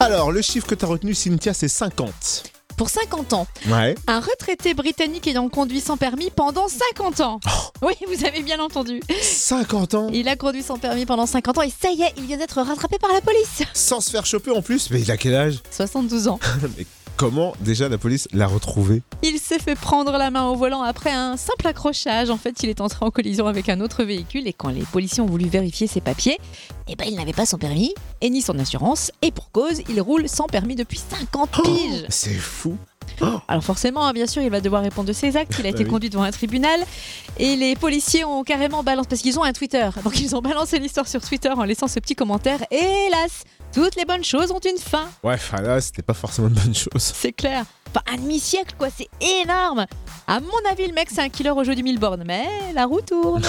Alors, le chiffre que t'as retenu, Cynthia, c'est 50. Pour 50 ans, Ouais. un retraité britannique ayant conduit sans permis pendant 50 ans. Oui, vous avez bien entendu. 50 ans Il a conduit sans permis pendant 50 ans et ça y est, il vient d'être rattrapé par la police. Sans se faire choper en plus Mais il a quel âge 72 ans. Mais comment déjà la police l'a retrouvé Il s'est fait prendre la main au volant après un simple accrochage. En fait, il est entré en collision avec un autre véhicule et quand les policiers ont voulu vérifier ses papiers, eh ben, il n'avait pas son permis et ni son assurance. Et pour cause, il roule sans permis depuis 50 piges. C'est fou Alors forcément, hein, bien sûr, il va devoir répondre de ses actes. Il a Bah été oui. conduit devant un tribunal. Et les policiers ont carrément balancé, parce qu'ils ont un Twitter. Donc ils ont balancé l'histoire sur Twitter en laissant ce petit commentaire. Et hélas, toutes les bonnes choses ont une fin, Ouais, enfin ah là, c'était pas forcément une bonne chose. c'est clair. Enfin, un demi-siècle, quoi, c'est énorme. À mon avis, le mec, c'est un killer au jeu du mille bornes. Mais la roue tourne.